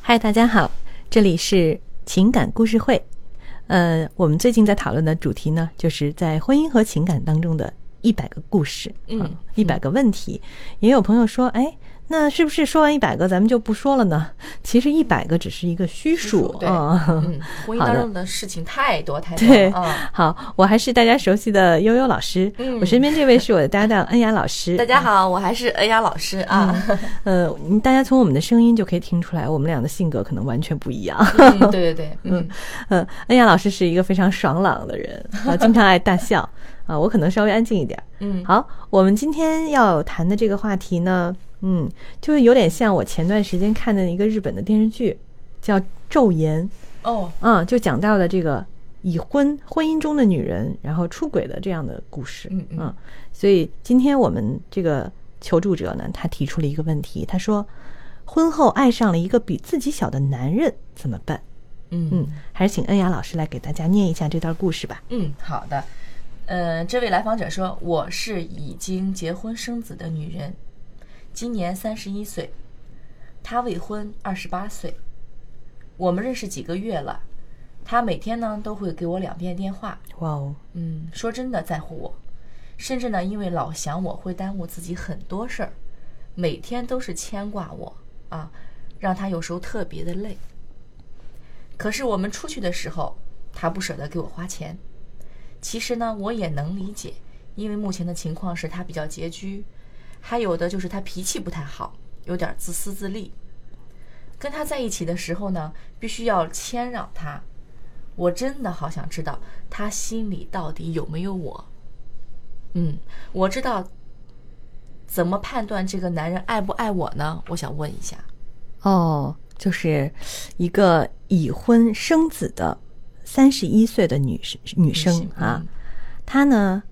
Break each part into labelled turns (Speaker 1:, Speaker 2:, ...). Speaker 1: 嗨，大家好，这里是情感故事会。呃，我们最近在讨论的主题呢，就是在婚姻和情感当中的一百个故事，啊
Speaker 2: 嗯，
Speaker 1: 一百个问题。也有朋友说，哎，那是不是说完一百个咱们就不说了呢？其实一百个只是一个虚数
Speaker 2: 对，
Speaker 1: 啊。
Speaker 2: 嗯，婚姻
Speaker 1: 好
Speaker 2: 当
Speaker 1: 的
Speaker 2: 中的事情太多太多
Speaker 1: 对
Speaker 2: 了啊！
Speaker 1: 好，我还是大家熟悉的悠悠老师，
Speaker 2: 嗯
Speaker 1: 我身边这位是我的搭档恩雅老师。
Speaker 2: 大家好，我还是恩雅老师啊。
Speaker 1: 呃，你大家从我们的声音就可以听出来，我们俩的性格可能完全不一样。
Speaker 2: 嗯，对对对，嗯，
Speaker 1: 嗯， 恩雅老师是一个非常爽朗的人，啊，经常爱大笑啊，我可能稍微安静一点。
Speaker 2: 嗯
Speaker 1: 好，我们今天要谈的这个话题呢，嗯，就是有点像我前段时间看的一个日本的电视剧，叫《昼颜》，
Speaker 2: 哦，
Speaker 1: 啊，就讲到了这个已婚婚姻中的女人然后出轨的这样的故事。啊
Speaker 2: 嗯嗯
Speaker 1: 所以今天我们这个求助者呢，他提出了一个问题，他说，婚后爱上了一个比自己小的男人怎么办？嗯
Speaker 2: 嗯，
Speaker 1: 还是请恩雅老师来给大家念一下这段故事吧。
Speaker 2: 嗯，好的。呃，这位来访者说，我是已经结婚生子的女人，今年三十一岁，她未婚，二十八岁。我们认识几个月了，她每天呢都会给我两遍电话，
Speaker 1: 哇哦，
Speaker 2: 嗯，说真的在乎我，甚至呢，因为老想我会耽误自己很多事儿，每天都是牵挂我啊，让他有时候特别的累。可是我们出去的时候，他不舍得给我花钱。其实呢，我也能理解，因为目前的情况是他比较拮据，还有的就是他脾气不太好，有点自私自利。跟他在一起的时候呢，必须要谦让他，我真的好想知道他心里到底有没有我。嗯，我知道怎么判断这个男人爱不爱我呢？我想问一下。
Speaker 1: 哦，就是一个已婚生子的三十一岁的女生女生
Speaker 2: 性
Speaker 1: 啊，她呢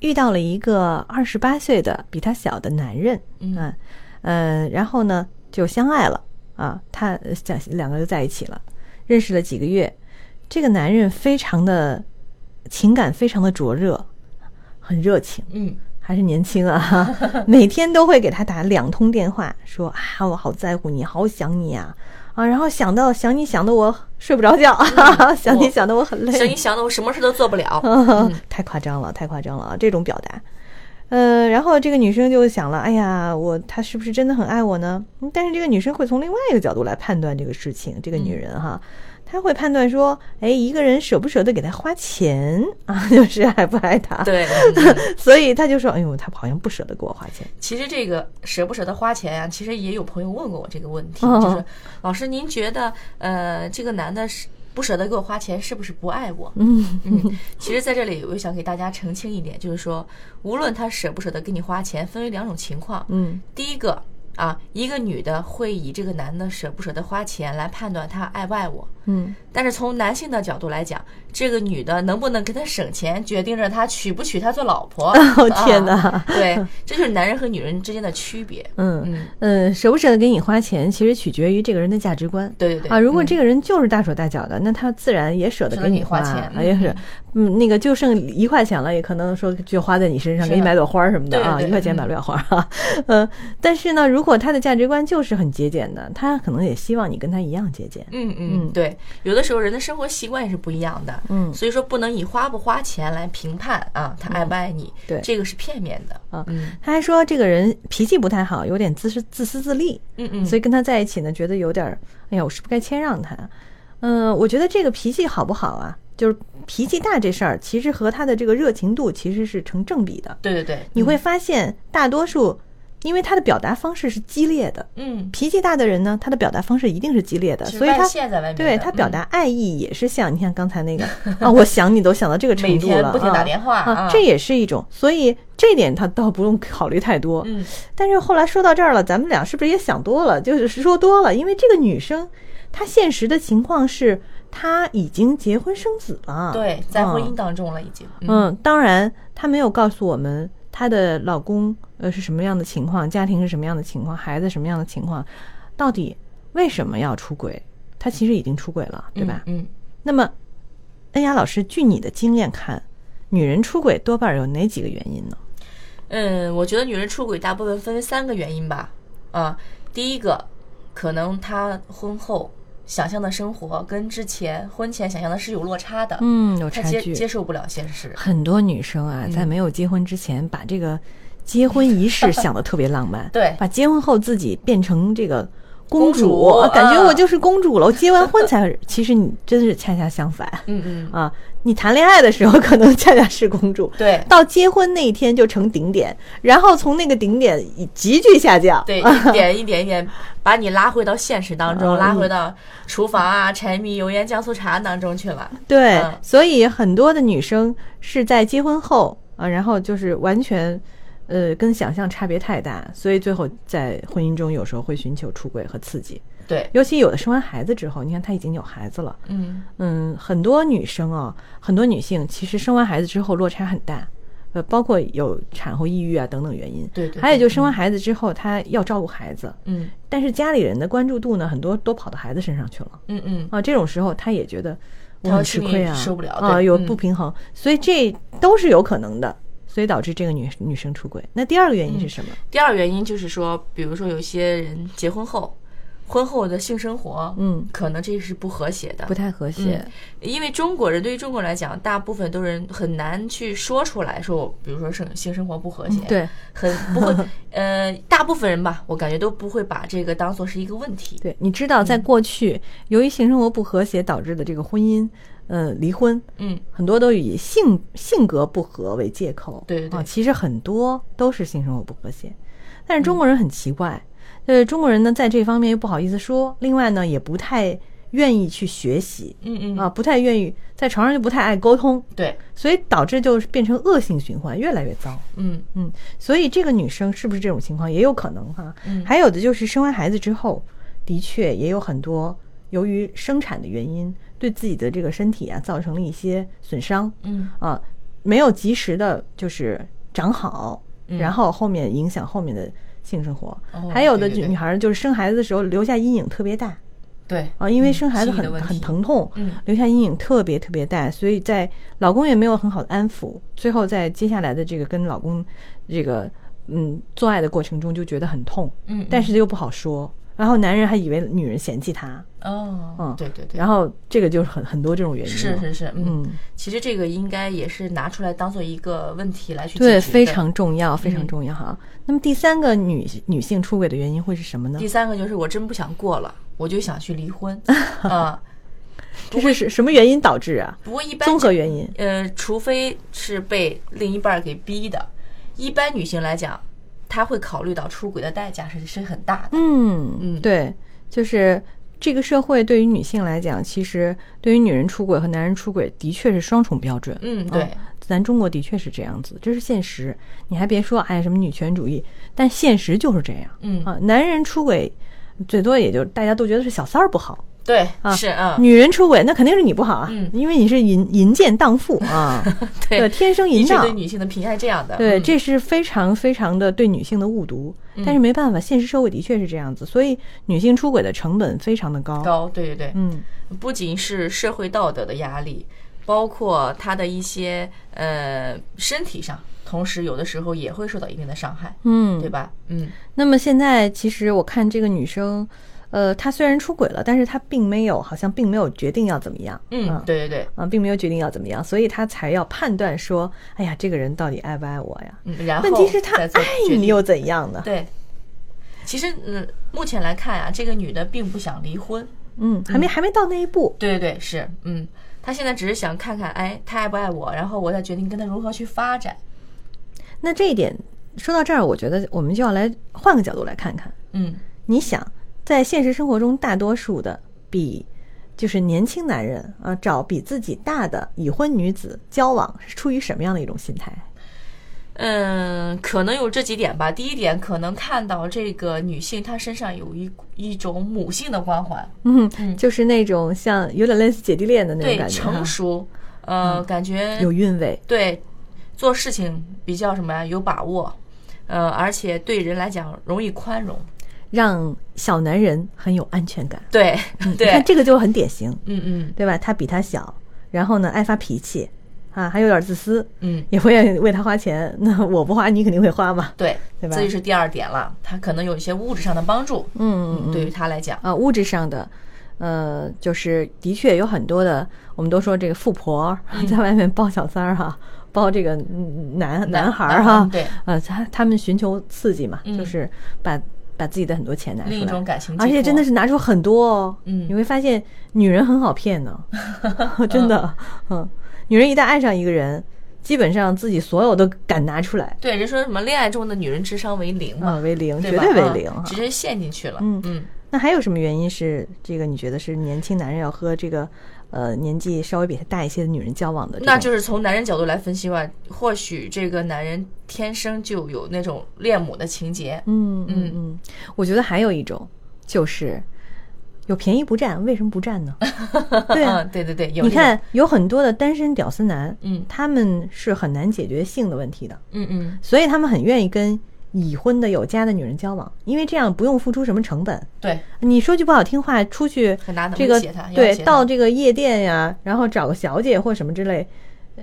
Speaker 1: 遇到了一个二十八岁的比她小的男人，
Speaker 2: 嗯
Speaker 1: 啊呃，然后呢就相爱了啊，她呃在两个就在一起了，认识了几个月，这个男人非常的情感非常的灼热，很热情，
Speaker 2: 嗯
Speaker 1: 还是年轻啊， 每天都会给他打两通电话，说啊，我好在乎你，好想你啊啊，然后想到想你想的我睡不着觉， 想你
Speaker 2: 我
Speaker 1: 想的我很
Speaker 2: 嗯，想一
Speaker 1: 累，
Speaker 2: 想的我什么事都做不了。
Speaker 1: 嗯 太夸张了，太夸张了啊，这种表达。呃，然后这个女生就想了，哎呀，我他是不是真的很爱我呢？嗯但是这个女生会从另外一个角度来判断这个事情，这个女人哈，她会判断说，哎，一个人舍不舍得给他花钱 啊，就是爱不爱他，
Speaker 2: 对，嗯
Speaker 1: 所以她就说，哎呦，他好像不舍得给我花钱。
Speaker 2: 其实这个舍不舍得花钱呀、其实也有朋友问过我这个问题，
Speaker 1: 哦
Speaker 2: 就是老师，您觉得呃，这个男的是不舍得给我花钱，是不是不爱我？
Speaker 1: 嗯
Speaker 2: 嗯，其实在这里我也想给大家澄清一点，就是说，无论他舍不舍得给你花钱，分为两种情况。
Speaker 1: 嗯
Speaker 2: 第一个啊，一个女的会以这个男的舍不舍得花钱来判断他爱不爱我，
Speaker 1: 嗯
Speaker 2: 但是从男性的角度来讲，这个女的能不能给他省钱，决定着他娶不娶他做老婆。
Speaker 1: 哦天哪
Speaker 2: 啊对，这就是男人和女人之间的区别。
Speaker 1: 嗯
Speaker 2: 嗯，
Speaker 1: 嗯，舍不舍得给你花钱，其实取决于这个人的价值观。
Speaker 2: 对对对
Speaker 1: 啊，如果
Speaker 2: 嗯
Speaker 1: 这个人就是大手大脚的，那他自然也舍得
Speaker 2: 舍
Speaker 1: 给
Speaker 2: 得
Speaker 1: 你
Speaker 2: 你花
Speaker 1: 钱，
Speaker 2: 钱
Speaker 1: 啊也是，嗯，那个就剩一块钱了，也可能说就花在你身上，
Speaker 2: 是
Speaker 1: 给你买朵花儿什么的啊，
Speaker 2: 对对
Speaker 1: 一块钱买不了花儿啊。嗯，但是呢，如果他的价值观就是很节俭的，他可能也希望你跟他一样节俭。
Speaker 2: 嗯
Speaker 1: 嗯
Speaker 2: 嗯，对，有的时候人的生活习惯也是不一样的，
Speaker 1: 嗯
Speaker 2: 所以说不能以花不花钱来评判啊，他爱不爱你，
Speaker 1: 嗯对
Speaker 2: 这个是片面的
Speaker 1: 啊
Speaker 2: 嗯
Speaker 1: 他还说这个人脾气不太好，有点自私自私自利。
Speaker 2: 嗯嗯，
Speaker 1: 所
Speaker 2: 以
Speaker 1: 以跟他在一起呢，觉得有点儿，哎呀，我是不是该谦让他？嗯、我觉得这个脾气好不好啊？就是脾气大这事儿，其实和他的这个热情度其实是成正比的。
Speaker 2: 对对对，
Speaker 1: 你会发现，大多数因为他的表达方式是激烈的，
Speaker 2: 嗯，
Speaker 1: 脾气大的人呢，他的表达方式一定是激烈的，
Speaker 2: 是
Speaker 1: 所以
Speaker 2: 外
Speaker 1: 他
Speaker 2: 泄在外面的，
Speaker 1: 对他表
Speaker 2: 嗯
Speaker 1: 达爱意也是像你像刚才那个 啊，我想你都想到这个程
Speaker 2: 每
Speaker 1: 度
Speaker 2: 天
Speaker 1: 了，
Speaker 2: 不停打
Speaker 1: 啊
Speaker 2: 电话
Speaker 1: 啊
Speaker 2: 啊，
Speaker 1: 这也是一种，所以这点他倒不用考虑太多。
Speaker 2: 嗯
Speaker 1: 但是后来说到这儿了，咱们俩是不是也想多了？就是说多了，因为这个女生，她现实的情况是，她已经结婚生子了。
Speaker 2: 对，在婚姻
Speaker 1: 嗯
Speaker 2: 当中了已经，嗯
Speaker 1: 嗯，当然，她没有告诉我们她的老公呃是什么样的情况，家庭是什么样的情况，孩子什么样的情况，到底为什么要出轨？她其实已经出轨了，对吧？
Speaker 2: 嗯，嗯
Speaker 1: 那么，恩雅老师，据你的经验看，女人出轨多半有哪几个原因呢？
Speaker 2: 嗯，我觉得女人出轨大部分分为三个原因吧。啊，第一个可能他婚后想象的生活跟之前婚前想象的是有落差的，
Speaker 1: 嗯，有
Speaker 2: 他
Speaker 1: 差
Speaker 2: 接
Speaker 1: 距。
Speaker 2: 接受不了现实。
Speaker 1: 很多女生
Speaker 2: 嗯
Speaker 1: 啊，在没有结婚之前，把这个结婚仪式 想的特别浪漫，
Speaker 2: 对
Speaker 1: 把结婚后自己变成这个
Speaker 2: 公
Speaker 1: 公主，
Speaker 2: 主
Speaker 1: 啊 感觉
Speaker 2: 啊
Speaker 1: 我就是公主了。我结完婚才， 其实你真是恰恰相反
Speaker 2: 嗯嗯，
Speaker 1: 啊！你谈恋爱的时候可能恰恰是公主，
Speaker 2: 对
Speaker 1: 到结婚那一天就成顶点，然后从那个顶点以急剧下降，
Speaker 2: 对，一点一点一点把你拉回到现实当中，
Speaker 1: 嗯
Speaker 2: 拉回到厨房啊、柴米油盐酱醋茶当中去了。
Speaker 1: 对，
Speaker 2: 嗯
Speaker 1: 所以很多的女生是在结婚后啊，然后就是完全，呃，跟想象差别太大，所以最后在婚姻中有时候会寻求出轨和刺激。
Speaker 2: 对，
Speaker 1: 尤其有的生完孩子之后，你看她已经有孩子了，
Speaker 2: 嗯，
Speaker 1: 嗯，很多女生啊，很多女性其实生完孩子之后落差很大，呃，包括有产后抑郁啊等等原因。
Speaker 2: 对对对
Speaker 1: 还有就生完孩子之后，她要照顾孩子，
Speaker 2: 嗯
Speaker 1: 但是家里人的关注度呢，很多都跑到孩子身上去了。
Speaker 2: 嗯嗯，
Speaker 1: 啊，这种时候他也觉得我
Speaker 2: 他
Speaker 1: 很吃
Speaker 2: 心里
Speaker 1: 亏啊，
Speaker 2: 受不了
Speaker 1: 啊，
Speaker 2: 对
Speaker 1: 有
Speaker 2: 嗯
Speaker 1: 不平衡，所以这都是有可能的，所以导致这个女女生出轨。那第二个原
Speaker 2: 嗯
Speaker 1: 因是什么？
Speaker 2: 第二原因就是说，比如说有些人结婚后，婚后的性生活，
Speaker 1: 嗯
Speaker 2: 可能这是不和谐的，
Speaker 1: 不太和谐
Speaker 2: 嗯，因为中国人对于中国人来讲，大部分都人很难去说出来说我，比如说性性生活不和谐，，
Speaker 1: 对
Speaker 2: 很不 会，呃，大部分人吧，我感觉都不会把这个当做是一个问题，
Speaker 1: 对，你知道，
Speaker 2: 嗯
Speaker 1: 在过去由于性生活不和谐导致的这个婚姻，呃，离婚，
Speaker 2: 嗯，
Speaker 1: 很多都以性性格不合为借口。
Speaker 2: 对对对
Speaker 1: 啊，其实很多都是性生活不和谐，但是中
Speaker 2: 嗯
Speaker 1: 国人很奇怪，呃，中国人呢在这方面又不好意思说，另外呢也不太愿意去学习，
Speaker 2: 嗯嗯，
Speaker 1: 啊，不太愿意在床上就不太爱沟通，
Speaker 2: 对，
Speaker 1: 所以导致就是变成恶性循环，越来越糟。
Speaker 2: 嗯
Speaker 1: 嗯，所以这个女生是不是这种情况也有可能哈、
Speaker 2: 嗯
Speaker 1: 还有的就是生完孩子之后，的确也有很多由于生产的原因，对自己的这个身体啊造成了一些损伤
Speaker 2: 嗯
Speaker 1: 啊，没有及时的就是长好，
Speaker 2: 嗯
Speaker 1: 然后后面影响后面的性生活。
Speaker 2: 哦
Speaker 1: 还有的
Speaker 2: 对对对
Speaker 1: 女孩儿就是生孩子的时候留下阴影特别大。
Speaker 2: 对，
Speaker 1: 啊，因为
Speaker 2: 嗯
Speaker 1: 生孩子
Speaker 2: 心理的
Speaker 1: 很
Speaker 2: 问
Speaker 1: 很
Speaker 2: 题
Speaker 1: 疼痛，
Speaker 2: 嗯
Speaker 1: 留下阴影特别特别大，所以在老公也没有很好的安抚，最后在接下来的这个跟老公这个嗯做爱的过程中就觉得很痛，
Speaker 2: 嗯，
Speaker 1: 但是又不好说，然后男人还以为女人嫌弃他，
Speaker 2: 哦，
Speaker 1: 嗯
Speaker 2: 对对对，
Speaker 1: 然后这个就是很很多这种原因
Speaker 2: 是
Speaker 1: 了，
Speaker 2: 是是，嗯
Speaker 1: 嗯，
Speaker 2: 其实这个应该也是拿出来当做一个问题来去解决
Speaker 1: 对，
Speaker 2: 的
Speaker 1: 非。常重要，非常
Speaker 2: 嗯
Speaker 1: 重要哈。那么第三个女女性出轨的原因会是什么呢
Speaker 2: 第？三个就是我真不想过了，我就想去离 婚啊。
Speaker 1: 这是是什么原因导致啊？
Speaker 2: 不过一般
Speaker 1: 综合原因，
Speaker 2: 呃，除非是被另一半儿给逼的，一般女性来讲，她会考虑到出轨的代价是是很大的。
Speaker 1: 嗯
Speaker 2: 嗯
Speaker 1: 对，就是这个社会对于女性来讲，其实对于女人出轨和男人出轨的确是双重标准。
Speaker 2: 嗯，
Speaker 1: 嗯
Speaker 2: 对，
Speaker 1: 咱中国的确是这样子，这是现实。你还别说，哎，什么女权主义，但现实就是这样。
Speaker 2: 嗯
Speaker 1: 啊，男人出轨，最多也就大家都觉得是小三儿不好，
Speaker 2: 对，
Speaker 1: 啊
Speaker 2: 是啊，
Speaker 1: 女人出轨那肯定是你不好啊，
Speaker 2: 嗯
Speaker 1: 因为你是淫淫贱荡妇啊，
Speaker 2: 对，
Speaker 1: 天生
Speaker 2: 一
Speaker 1: 淫
Speaker 2: 直
Speaker 1: 荡
Speaker 2: 对。女性的评价是这样的。
Speaker 1: 对，
Speaker 2: 嗯
Speaker 1: 这是非常非常的对女性的误读，但是没办法，现实社会的确是这样子，所以女性出轨的成本非常的高。
Speaker 2: 高，对对对，
Speaker 1: 嗯，
Speaker 2: 不仅是社会道德的压力，包括她的一些呃身体上，同时有的时候也会受到一定的伤害，
Speaker 1: 嗯
Speaker 2: 对吧？嗯，
Speaker 1: 那么现在其实我看这个女生，呃，她虽然出轨了，但是她并没有，好像并没有决定要怎么样。
Speaker 2: 嗯，对对对，
Speaker 1: 啊，并没有决定要怎么样，所以她才要判断说，哎呀，这个人到底爱不爱我呀？
Speaker 2: 嗯，然后
Speaker 1: 问题是她
Speaker 2: 再做
Speaker 1: 爱你
Speaker 2: 决
Speaker 1: 哦
Speaker 2: 定
Speaker 1: 又怎样呢？
Speaker 2: 对，其实嗯，目前来看啊，这个女的并不想离婚。
Speaker 1: 嗯，还没还没到那一步。
Speaker 2: 对对对，是，嗯，她现在只是想看看，哎，她爱不爱我，然后我再决定跟她如何去发展。
Speaker 1: 那这一点说到这儿，我觉得我们就要来换个角度来看看。
Speaker 2: 嗯，
Speaker 1: 你想，在现实生活中，大多数的比就是年轻男人啊，找比自己大的已婚女子交往，是出于什么样的一种心态？
Speaker 2: 嗯，可能有这几点吧。第一点，可能看到这个女性她身上有一一种母性的光环，
Speaker 1: 嗯，就是那种像有点类似姐弟恋的那种
Speaker 2: 对，
Speaker 1: 感觉哈，嗯
Speaker 2: 成熟，呃，感觉
Speaker 1: 有韵味。
Speaker 2: 对做事情比较什么呀，有把握，呃，而且对人来讲容易宽容。
Speaker 1: 让小男人很有安全感。
Speaker 2: 对对
Speaker 1: 嗯你，看这个就很典型，
Speaker 2: 嗯嗯，
Speaker 1: 对吧？他比他小，然后呢爱发脾气，啊，还有点自私，
Speaker 2: 嗯，
Speaker 1: 也不愿意为他花钱。那我不花，你肯定会花嘛？
Speaker 2: 对，
Speaker 1: 对吧
Speaker 2: 这就是第二点了，他可能有一些物质上的帮助，
Speaker 1: 嗯
Speaker 2: 嗯，对于他来讲，
Speaker 1: 啊，物质上的，呃，就是的确有很多的，我们都说这个富婆
Speaker 2: 嗯
Speaker 1: 在外面包小三儿、哈，包这个嗯男
Speaker 2: 男
Speaker 1: 孩儿、
Speaker 2: 男孩
Speaker 1: 哈
Speaker 2: 儿，对，
Speaker 1: 呃，他他们寻求刺激嘛，
Speaker 2: 嗯
Speaker 1: 就是把把自己的很多钱拿出来，
Speaker 2: 另一种感情寄
Speaker 1: 而且真的
Speaker 2: 托
Speaker 1: 是拿出很多哦，
Speaker 2: 嗯
Speaker 1: 你会发现女人很好骗 呢，真的，嗯，女人一旦爱上一个人，基本上自己所有都敢拿出来，
Speaker 2: 对人说什么恋爱中的女人智商为零嘛，
Speaker 1: 啊，为零，
Speaker 2: 嗯对
Speaker 1: 绝
Speaker 2: 吧？
Speaker 1: 对
Speaker 2: 啊
Speaker 1: 为零，哈
Speaker 2: 直接陷进去了，
Speaker 1: 嗯
Speaker 2: 嗯
Speaker 1: 那还有什么原因是这个？你觉得是年轻男人要和这个呃年纪稍微比他大一些的女人交往的这种？
Speaker 2: 那就是从男人角度来分析吧，或许这个男人天生就有那种恋母的情节，
Speaker 1: 嗯嗯嗯，我觉得还有一种就是有便宜不占，为什么不占呢？对啊
Speaker 2: 嗯，对对对，有
Speaker 1: 你
Speaker 2: 这种，
Speaker 1: 看有很多的单身屌丝男，
Speaker 2: 嗯
Speaker 1: 他们是很难解决性的问题的，
Speaker 2: 嗯嗯，
Speaker 1: 所以他们很愿意跟已婚的有家的女人交往，因为这样不用付出什么成本。
Speaker 2: 对，
Speaker 1: 你说句不好听话，出去
Speaker 2: 很难能
Speaker 1: 这个
Speaker 2: 威胁他，要
Speaker 1: 对
Speaker 2: 挟他
Speaker 1: 到这个夜店呀，然后找个小姐或什么之类，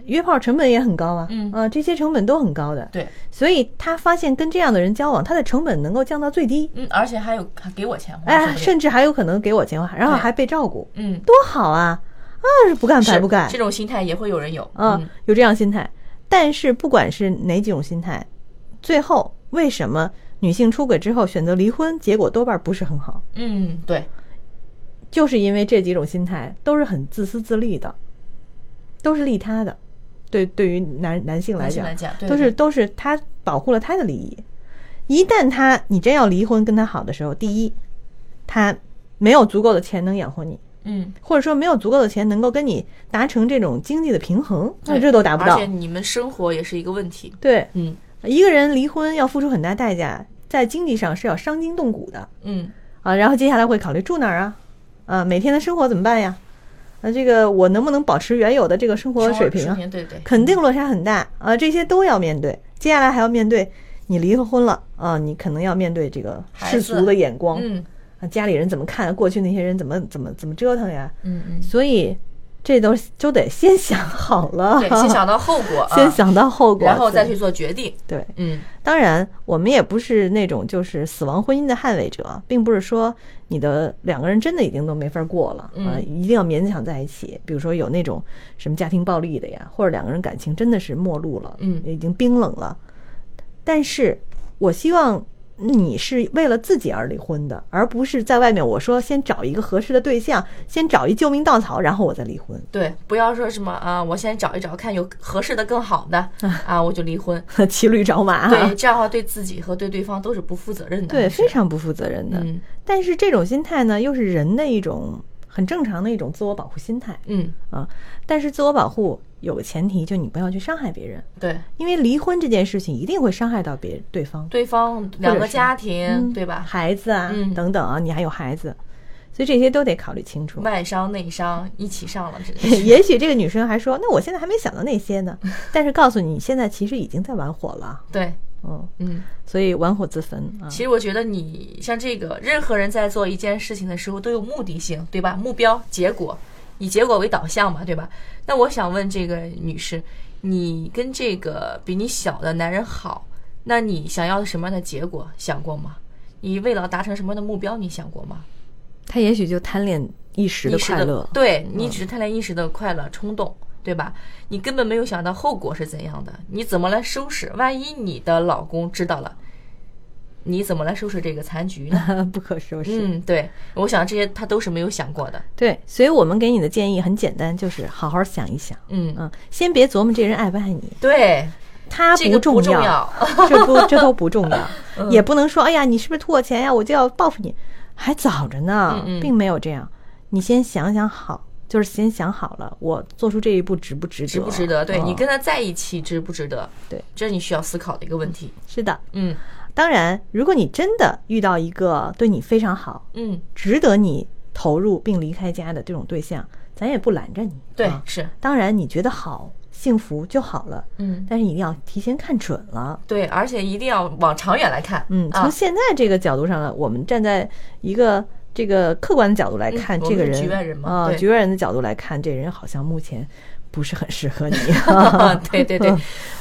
Speaker 1: 约炮成本也很高啊，
Speaker 2: 嗯
Speaker 1: 啊，这些成本都很高的。
Speaker 2: 对，
Speaker 1: 所以他发现跟这样的人交往，他的成本能够降到最低，
Speaker 2: 嗯，而且还有还给我钱花，说
Speaker 1: 哎，
Speaker 2: 不定
Speaker 1: 甚至还有可能给我钱花，然后还被照顾，
Speaker 2: 嗯，
Speaker 1: 多好啊！啊，是不干白
Speaker 2: 是嗯
Speaker 1: 不干
Speaker 2: 这，种心态也会有人有，
Speaker 1: 啊，有这样心态。但是不管是哪几种心态，最后为什么女性出轨之后选择离婚，结果多半不是很好，
Speaker 2: 嗯，嗯对，
Speaker 1: 就是因为这几种心态都是很自私自利的，都是利他的。对，对于男男性来
Speaker 2: 男性
Speaker 1: 讲，
Speaker 2: 来讲，对
Speaker 1: 都
Speaker 2: 对
Speaker 1: 是都是他保护了他的利益。一旦他你真要离婚跟他好的时候，第一，他没有足够的钱能养活你，
Speaker 2: 嗯，
Speaker 1: 或者说没有足够的钱能够跟你达成这种经济的平衡，那
Speaker 2: 对
Speaker 1: 这都达不到
Speaker 2: 而且。你们生活也是一个问题，
Speaker 1: 对，
Speaker 2: 嗯
Speaker 1: 一个人离婚要付出很大代价，在经济上是要伤筋动骨的
Speaker 2: 嗯
Speaker 1: 啊。然后接下来会考虑住哪儿啊，啊，每天的生活怎么办呀？啊，这个我能不能保持原有的这个生活
Speaker 2: 生活
Speaker 1: 水平啊？
Speaker 2: 对对，
Speaker 1: 肯定落差很大啊，这些都要面对。接下来还要面对你离了婚了啊，你可能要面对这个
Speaker 2: 孩
Speaker 1: 世
Speaker 2: 子
Speaker 1: 俗的眼光
Speaker 2: 嗯
Speaker 1: 啊，家里人怎么看，过去那些人怎么怎么怎么折腾呀，
Speaker 2: 嗯嗯，
Speaker 1: 所以这都是都得先想好了，
Speaker 2: 对，先想到后果啊，
Speaker 1: 先想到后果，
Speaker 2: 然后再去做决定，
Speaker 1: 对。
Speaker 2: 嗯
Speaker 1: 当然，我们也不是那种就是死亡婚姻的捍卫者，并不是说你的两个人真的已经都没法过了啊，
Speaker 2: 嗯
Speaker 1: 一定要勉强在一起。比如说有那种什么家庭暴力的呀，或者两个人感情真的是陌路了，
Speaker 2: 嗯
Speaker 1: 已经冰冷了。但是我希望你是为了自己而离婚的，而不是在外面我说先找一个合适的对象，先找一救命稻草，然后我再离婚。
Speaker 2: 对，不要说什么啊，我先找一找看有合适的更好 的啊，我就离婚。
Speaker 1: 骑驴找马啊，
Speaker 2: 对，这样的话对自己和对对方都是不负责任的。
Speaker 1: 对，
Speaker 2: 还是
Speaker 1: 非常不负责任的。
Speaker 2: 嗯
Speaker 1: 但是这种心态呢，又是人的一种很正常的一种自我保护心态
Speaker 2: 嗯，
Speaker 1: 啊。但是自我保护有个前提，就你不要去伤害别人，
Speaker 2: 对，
Speaker 1: 因为离婚这件事情一定会伤害到别对方，
Speaker 2: 对方两个家庭
Speaker 1: 嗯
Speaker 2: 对吧？
Speaker 1: 孩子啊、
Speaker 2: 嗯
Speaker 1: 等等啊，你还有孩子，所以这些都得考虑清 楚。
Speaker 2: 外伤内伤一起上了， 这
Speaker 1: 也许这个女生还说：“那我现在还没想到那些呢。”但是告诉你，现在其实已经在玩火了，
Speaker 2: 对，
Speaker 1: 嗯，
Speaker 2: 嗯，
Speaker 1: 所以玩火自焚啊。
Speaker 2: 其实我觉得你像这个，任何人在做一件事情的时候都有目的性，对吧？目标、结果，以结果为导向嘛，对吧？那我想问这个女士，你跟这个比你小的男人好，那你想要什么样的结果想过吗？你为了达成什么样的目标，你想过吗？
Speaker 1: 她也许就贪恋一时的
Speaker 2: 一时
Speaker 1: 快乐嗯
Speaker 2: 的，，对你只是贪恋一时的快乐冲动，对吧？你根本没有想到后果是怎样的，你怎么来收拾？万一你的老公知道了，你怎么来收拾这个残局呢？
Speaker 1: 不可收拾。
Speaker 2: 嗯，对，我想这些他都是没有想过的。
Speaker 1: 对，所以我们给你的建议很简单，就是好好想一想，
Speaker 2: 嗯，
Speaker 1: 嗯，先别琢磨这人爱不爱你，
Speaker 2: 对，
Speaker 1: 他
Speaker 2: 这个
Speaker 1: 重
Speaker 2: 重嗯
Speaker 1: 这不这都不重 要，也不能说哎呀，你是不是图我钱呀，我就要报复你，还早着呢，
Speaker 2: 嗯嗯
Speaker 1: 并没有这样，你先想想好，就是先想好了，我做出这一步值不值得？
Speaker 2: 值不值得？对、
Speaker 1: 嗯
Speaker 2: 你跟他在一起值不值得？
Speaker 1: 对，
Speaker 2: 这是你需要思考的一个问题。
Speaker 1: 是的。
Speaker 2: 嗯
Speaker 1: 当然，如果你真的遇到一个对你非常好、
Speaker 2: 嗯，
Speaker 1: 值得你投入并离开家的这种对象，咱也不拦着你。
Speaker 2: 对，
Speaker 1: 啊
Speaker 2: 是，
Speaker 1: 当然你觉得好、幸福就好了。
Speaker 2: 嗯，
Speaker 1: 但是一定要提前看准了。
Speaker 2: 对，而且一定要往长远来看。
Speaker 1: 嗯，
Speaker 2: 啊
Speaker 1: 从，现在这个角度上呢，我们站在一个这个客观的角度来
Speaker 2: 嗯
Speaker 1: 看，
Speaker 2: 我
Speaker 1: 这个
Speaker 2: 们是
Speaker 1: 人
Speaker 2: 局外人嘛
Speaker 1: 啊，
Speaker 2: 对。
Speaker 1: 局外人的角度来看，这人好像目前不是很适合你
Speaker 2: 对 对对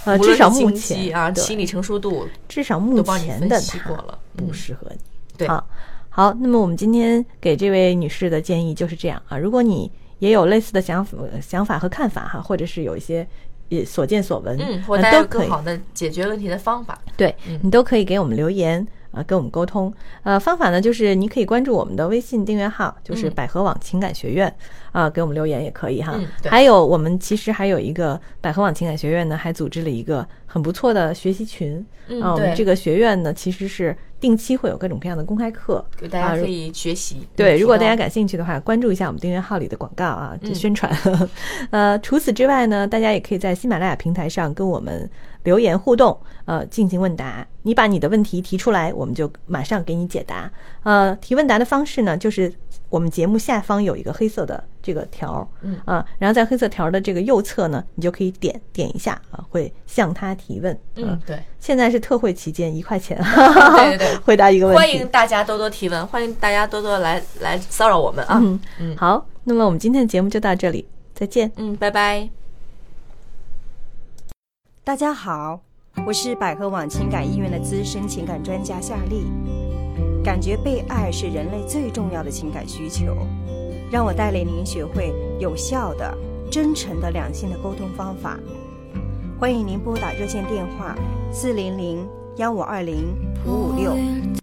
Speaker 1: 呃，
Speaker 2: 无论
Speaker 1: 至
Speaker 2: 是
Speaker 1: 少目
Speaker 2: 经济
Speaker 1: 前
Speaker 2: 啊，
Speaker 1: 对
Speaker 2: 心理成熟度
Speaker 1: 至少目
Speaker 2: 都帮你
Speaker 1: 前
Speaker 2: 分
Speaker 1: 的
Speaker 2: 析
Speaker 1: 他
Speaker 2: 过了，
Speaker 1: 不
Speaker 2: 嗯
Speaker 1: 适合你。
Speaker 2: 对
Speaker 1: 啊，好，那么我们今天给这位女士的建议就是这样啊。如果你也有类似的想法、呃想法和看法哈，或者是有一些也所见所闻，
Speaker 2: 嗯，或
Speaker 1: 呃
Speaker 2: 大家
Speaker 1: 都
Speaker 2: 有
Speaker 1: 可
Speaker 2: 更
Speaker 1: 以，
Speaker 2: 好的解决问题的方法。
Speaker 1: 对、
Speaker 2: 嗯
Speaker 1: 你都可以给我们留言啊、跟我们沟通。呃，方法呢就是你可以关注我们的微信订阅号，就是
Speaker 2: 嗯
Speaker 1: 百合网情感学院啊、给我们留言也可以哈。
Speaker 2: 嗯对
Speaker 1: 还有我们其实还有一个百合网情感学院呢，还组织了一个很不错的学习群，
Speaker 2: 嗯
Speaker 1: 啊，我们
Speaker 2: 对
Speaker 1: 这个学院呢，其实是定期会有各种各样的公开课，
Speaker 2: 给大
Speaker 1: 啊
Speaker 2: 家
Speaker 1: 如
Speaker 2: 可以学习。
Speaker 1: 对，
Speaker 2: 提
Speaker 1: 如果大
Speaker 2: 高
Speaker 1: 家感兴趣的话，关注一下我们订阅号里的广告啊，就
Speaker 2: 嗯
Speaker 1: 宣传。 呃，除此之外呢，大家也可以在喜马拉雅平台上跟我们留言互动，呃，进行问答。你把你的问题提出来，我们就马上给你解答。呃，提问答的方式呢，就是我们节目下方有一个黑色的这个条儿，
Speaker 2: 嗯
Speaker 1: 啊，然后在黑色条儿的这个右侧呢，你就可以点点一下啊，会向他提问。呃
Speaker 2: 嗯，对，
Speaker 1: 现在是特惠期间，一块钱，
Speaker 2: 对对对
Speaker 1: 回答一个问题。
Speaker 2: 欢迎大家多多提问，欢迎大家多多来来骚扰我们啊。
Speaker 1: 嗯
Speaker 2: 嗯
Speaker 1: 好，那么我们今天的节目就到这里，再见。
Speaker 2: 嗯，拜拜。
Speaker 3: 大家好，我是百合网情感医院的资深情感专家夏丽。感觉被爱是人类最重要的情感需求，让我带领您学会有效的、真诚的、两性的沟通方法。欢迎您拨打热线电话四零零幺五二零五五六